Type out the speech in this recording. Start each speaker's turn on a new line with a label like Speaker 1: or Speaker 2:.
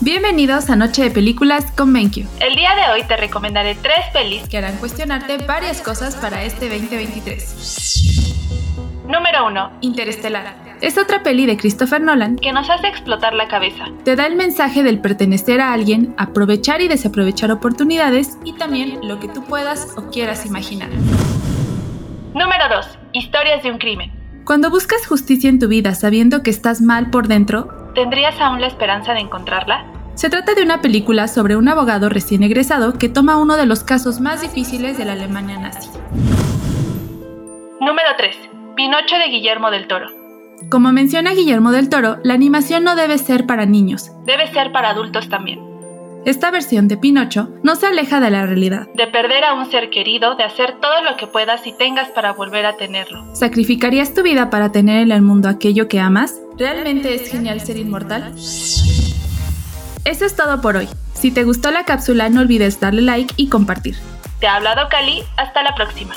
Speaker 1: Bienvenidos a Noche de Películas con BenQ.
Speaker 2: El día de hoy te recomendaré tres pelis.
Speaker 1: que harán cuestionarte varias cosas para este 2023.
Speaker 2: Número 1.
Speaker 1: Interestelar. Es otra peli de Christopher Nolan
Speaker 2: Que nos hace explotar la cabeza.
Speaker 1: te da el mensaje del pertenecer a alguien, aprovechar y desaprovechar oportunidades y también lo que tú puedas o quieras imaginar.
Speaker 2: Número 2. Historias de un crimen.
Speaker 1: Cuando buscas justicia en tu vida sabiendo que estás mal por dentro,
Speaker 2: ¿Tendrías aún la esperanza de encontrarla?
Speaker 1: se trata de una película sobre un abogado recién egresado que toma uno de los casos más difíciles de la Alemania nazi.
Speaker 2: Número 3. Pinocho de Guillermo del Toro.
Speaker 1: Como menciona Guillermo del Toro, la animación no debe ser para niños.
Speaker 2: Debe ser para adultos también.
Speaker 1: Esta versión de Pinocho no se aleja de la realidad.
Speaker 2: De perder a un ser querido, de hacer todo lo que puedas y tengas para volver a tenerlo.
Speaker 1: ¿Sacrificarías tu vida para tener en el mundo aquello que amas? ¿Realmente es genial ser inmortal? Eso es todo por hoy. Si te gustó la cápsula no olvides darle like y compartir.
Speaker 2: Te ha hablado Cali. Hasta la próxima.